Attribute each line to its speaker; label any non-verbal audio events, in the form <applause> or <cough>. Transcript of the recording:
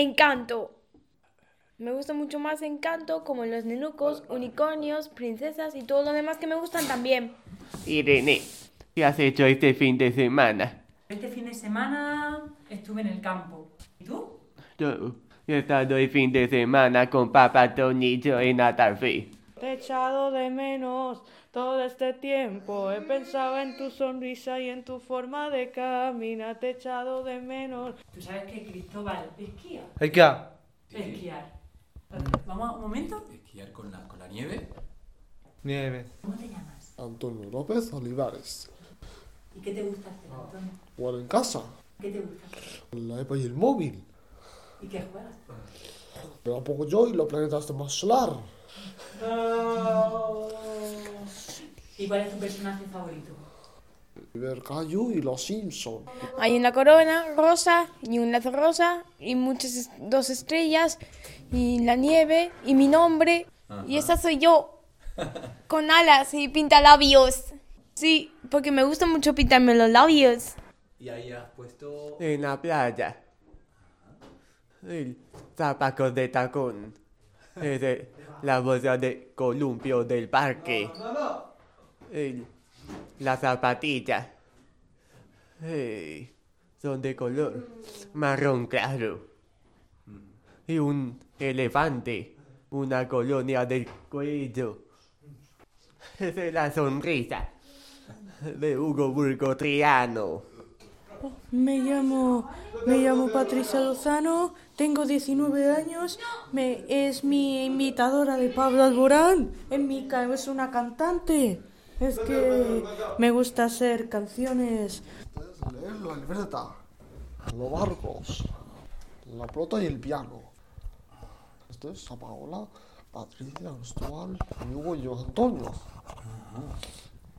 Speaker 1: Encanto. Me gusta mucho más Encanto, como los nenucos, unicornios, princesas y todo lo demás que me gustan también.
Speaker 2: Irene, ¿qué has hecho este fin de semana?
Speaker 3: Este fin de semana estuve en el campo. ¿Y tú?
Speaker 2: Yo he estado el fin de semana con papá Tonillo en Atafí.
Speaker 4: Te he echado de menos todo este tiempo. He pensado en tu sonrisa y en tu forma de caminar. Te he echado de menos.
Speaker 3: Tú sabes que Cristóbal esquía.
Speaker 5: ¿El qué?
Speaker 3: Esquiar. Vamos, un momento.
Speaker 6: ¿Esquiar con la, con la nieve?
Speaker 5: Nieve.
Speaker 3: ¿Cómo te llamas?
Speaker 7: Antonio López Olivares.
Speaker 3: ¿Y qué te gusta hacer, Antonio?
Speaker 7: Jugar en casa.
Speaker 3: ¿Qué te gusta hacer?
Speaker 7: La EPA y el móvil.
Speaker 3: ¿Y qué juegas?
Speaker 7: Pero a poco yo y los planetas de más solar.
Speaker 3: ¿Y cuál es tu personaje favorito?
Speaker 7: Y ver Caillou y los Simpson.
Speaker 1: Hay una corona rosa y un lazo rosa y muchas es- dos estrellas y la nieve y mi nombre. Y esa soy yo, con alas y pintalabios. Sí, porque me gusta mucho pintarme los labios.
Speaker 6: Y ahí has puesto...
Speaker 2: En la playa. El zapaco de tacón. Desde la bolsa de columpio del parque. El- la zapatilla. Eh, son de color marrón claro. Y un elefante. Una colonia del cuello. <laughs> Esa es la sonrisa de Hugo Burgo Triano.
Speaker 4: Me llamo, me llamo Patricia Lozano, tengo 19 años, me, es mi imitadora de Pablo Alborán, en mi, ca- es una cantante. Es que me gusta hacer canciones.
Speaker 7: Puedes leerlo en libertad. Los barcos. La pelota y el piano. Esto es a Paola, Patricia, Cristóbal, mi Hugo y yo, Antonio.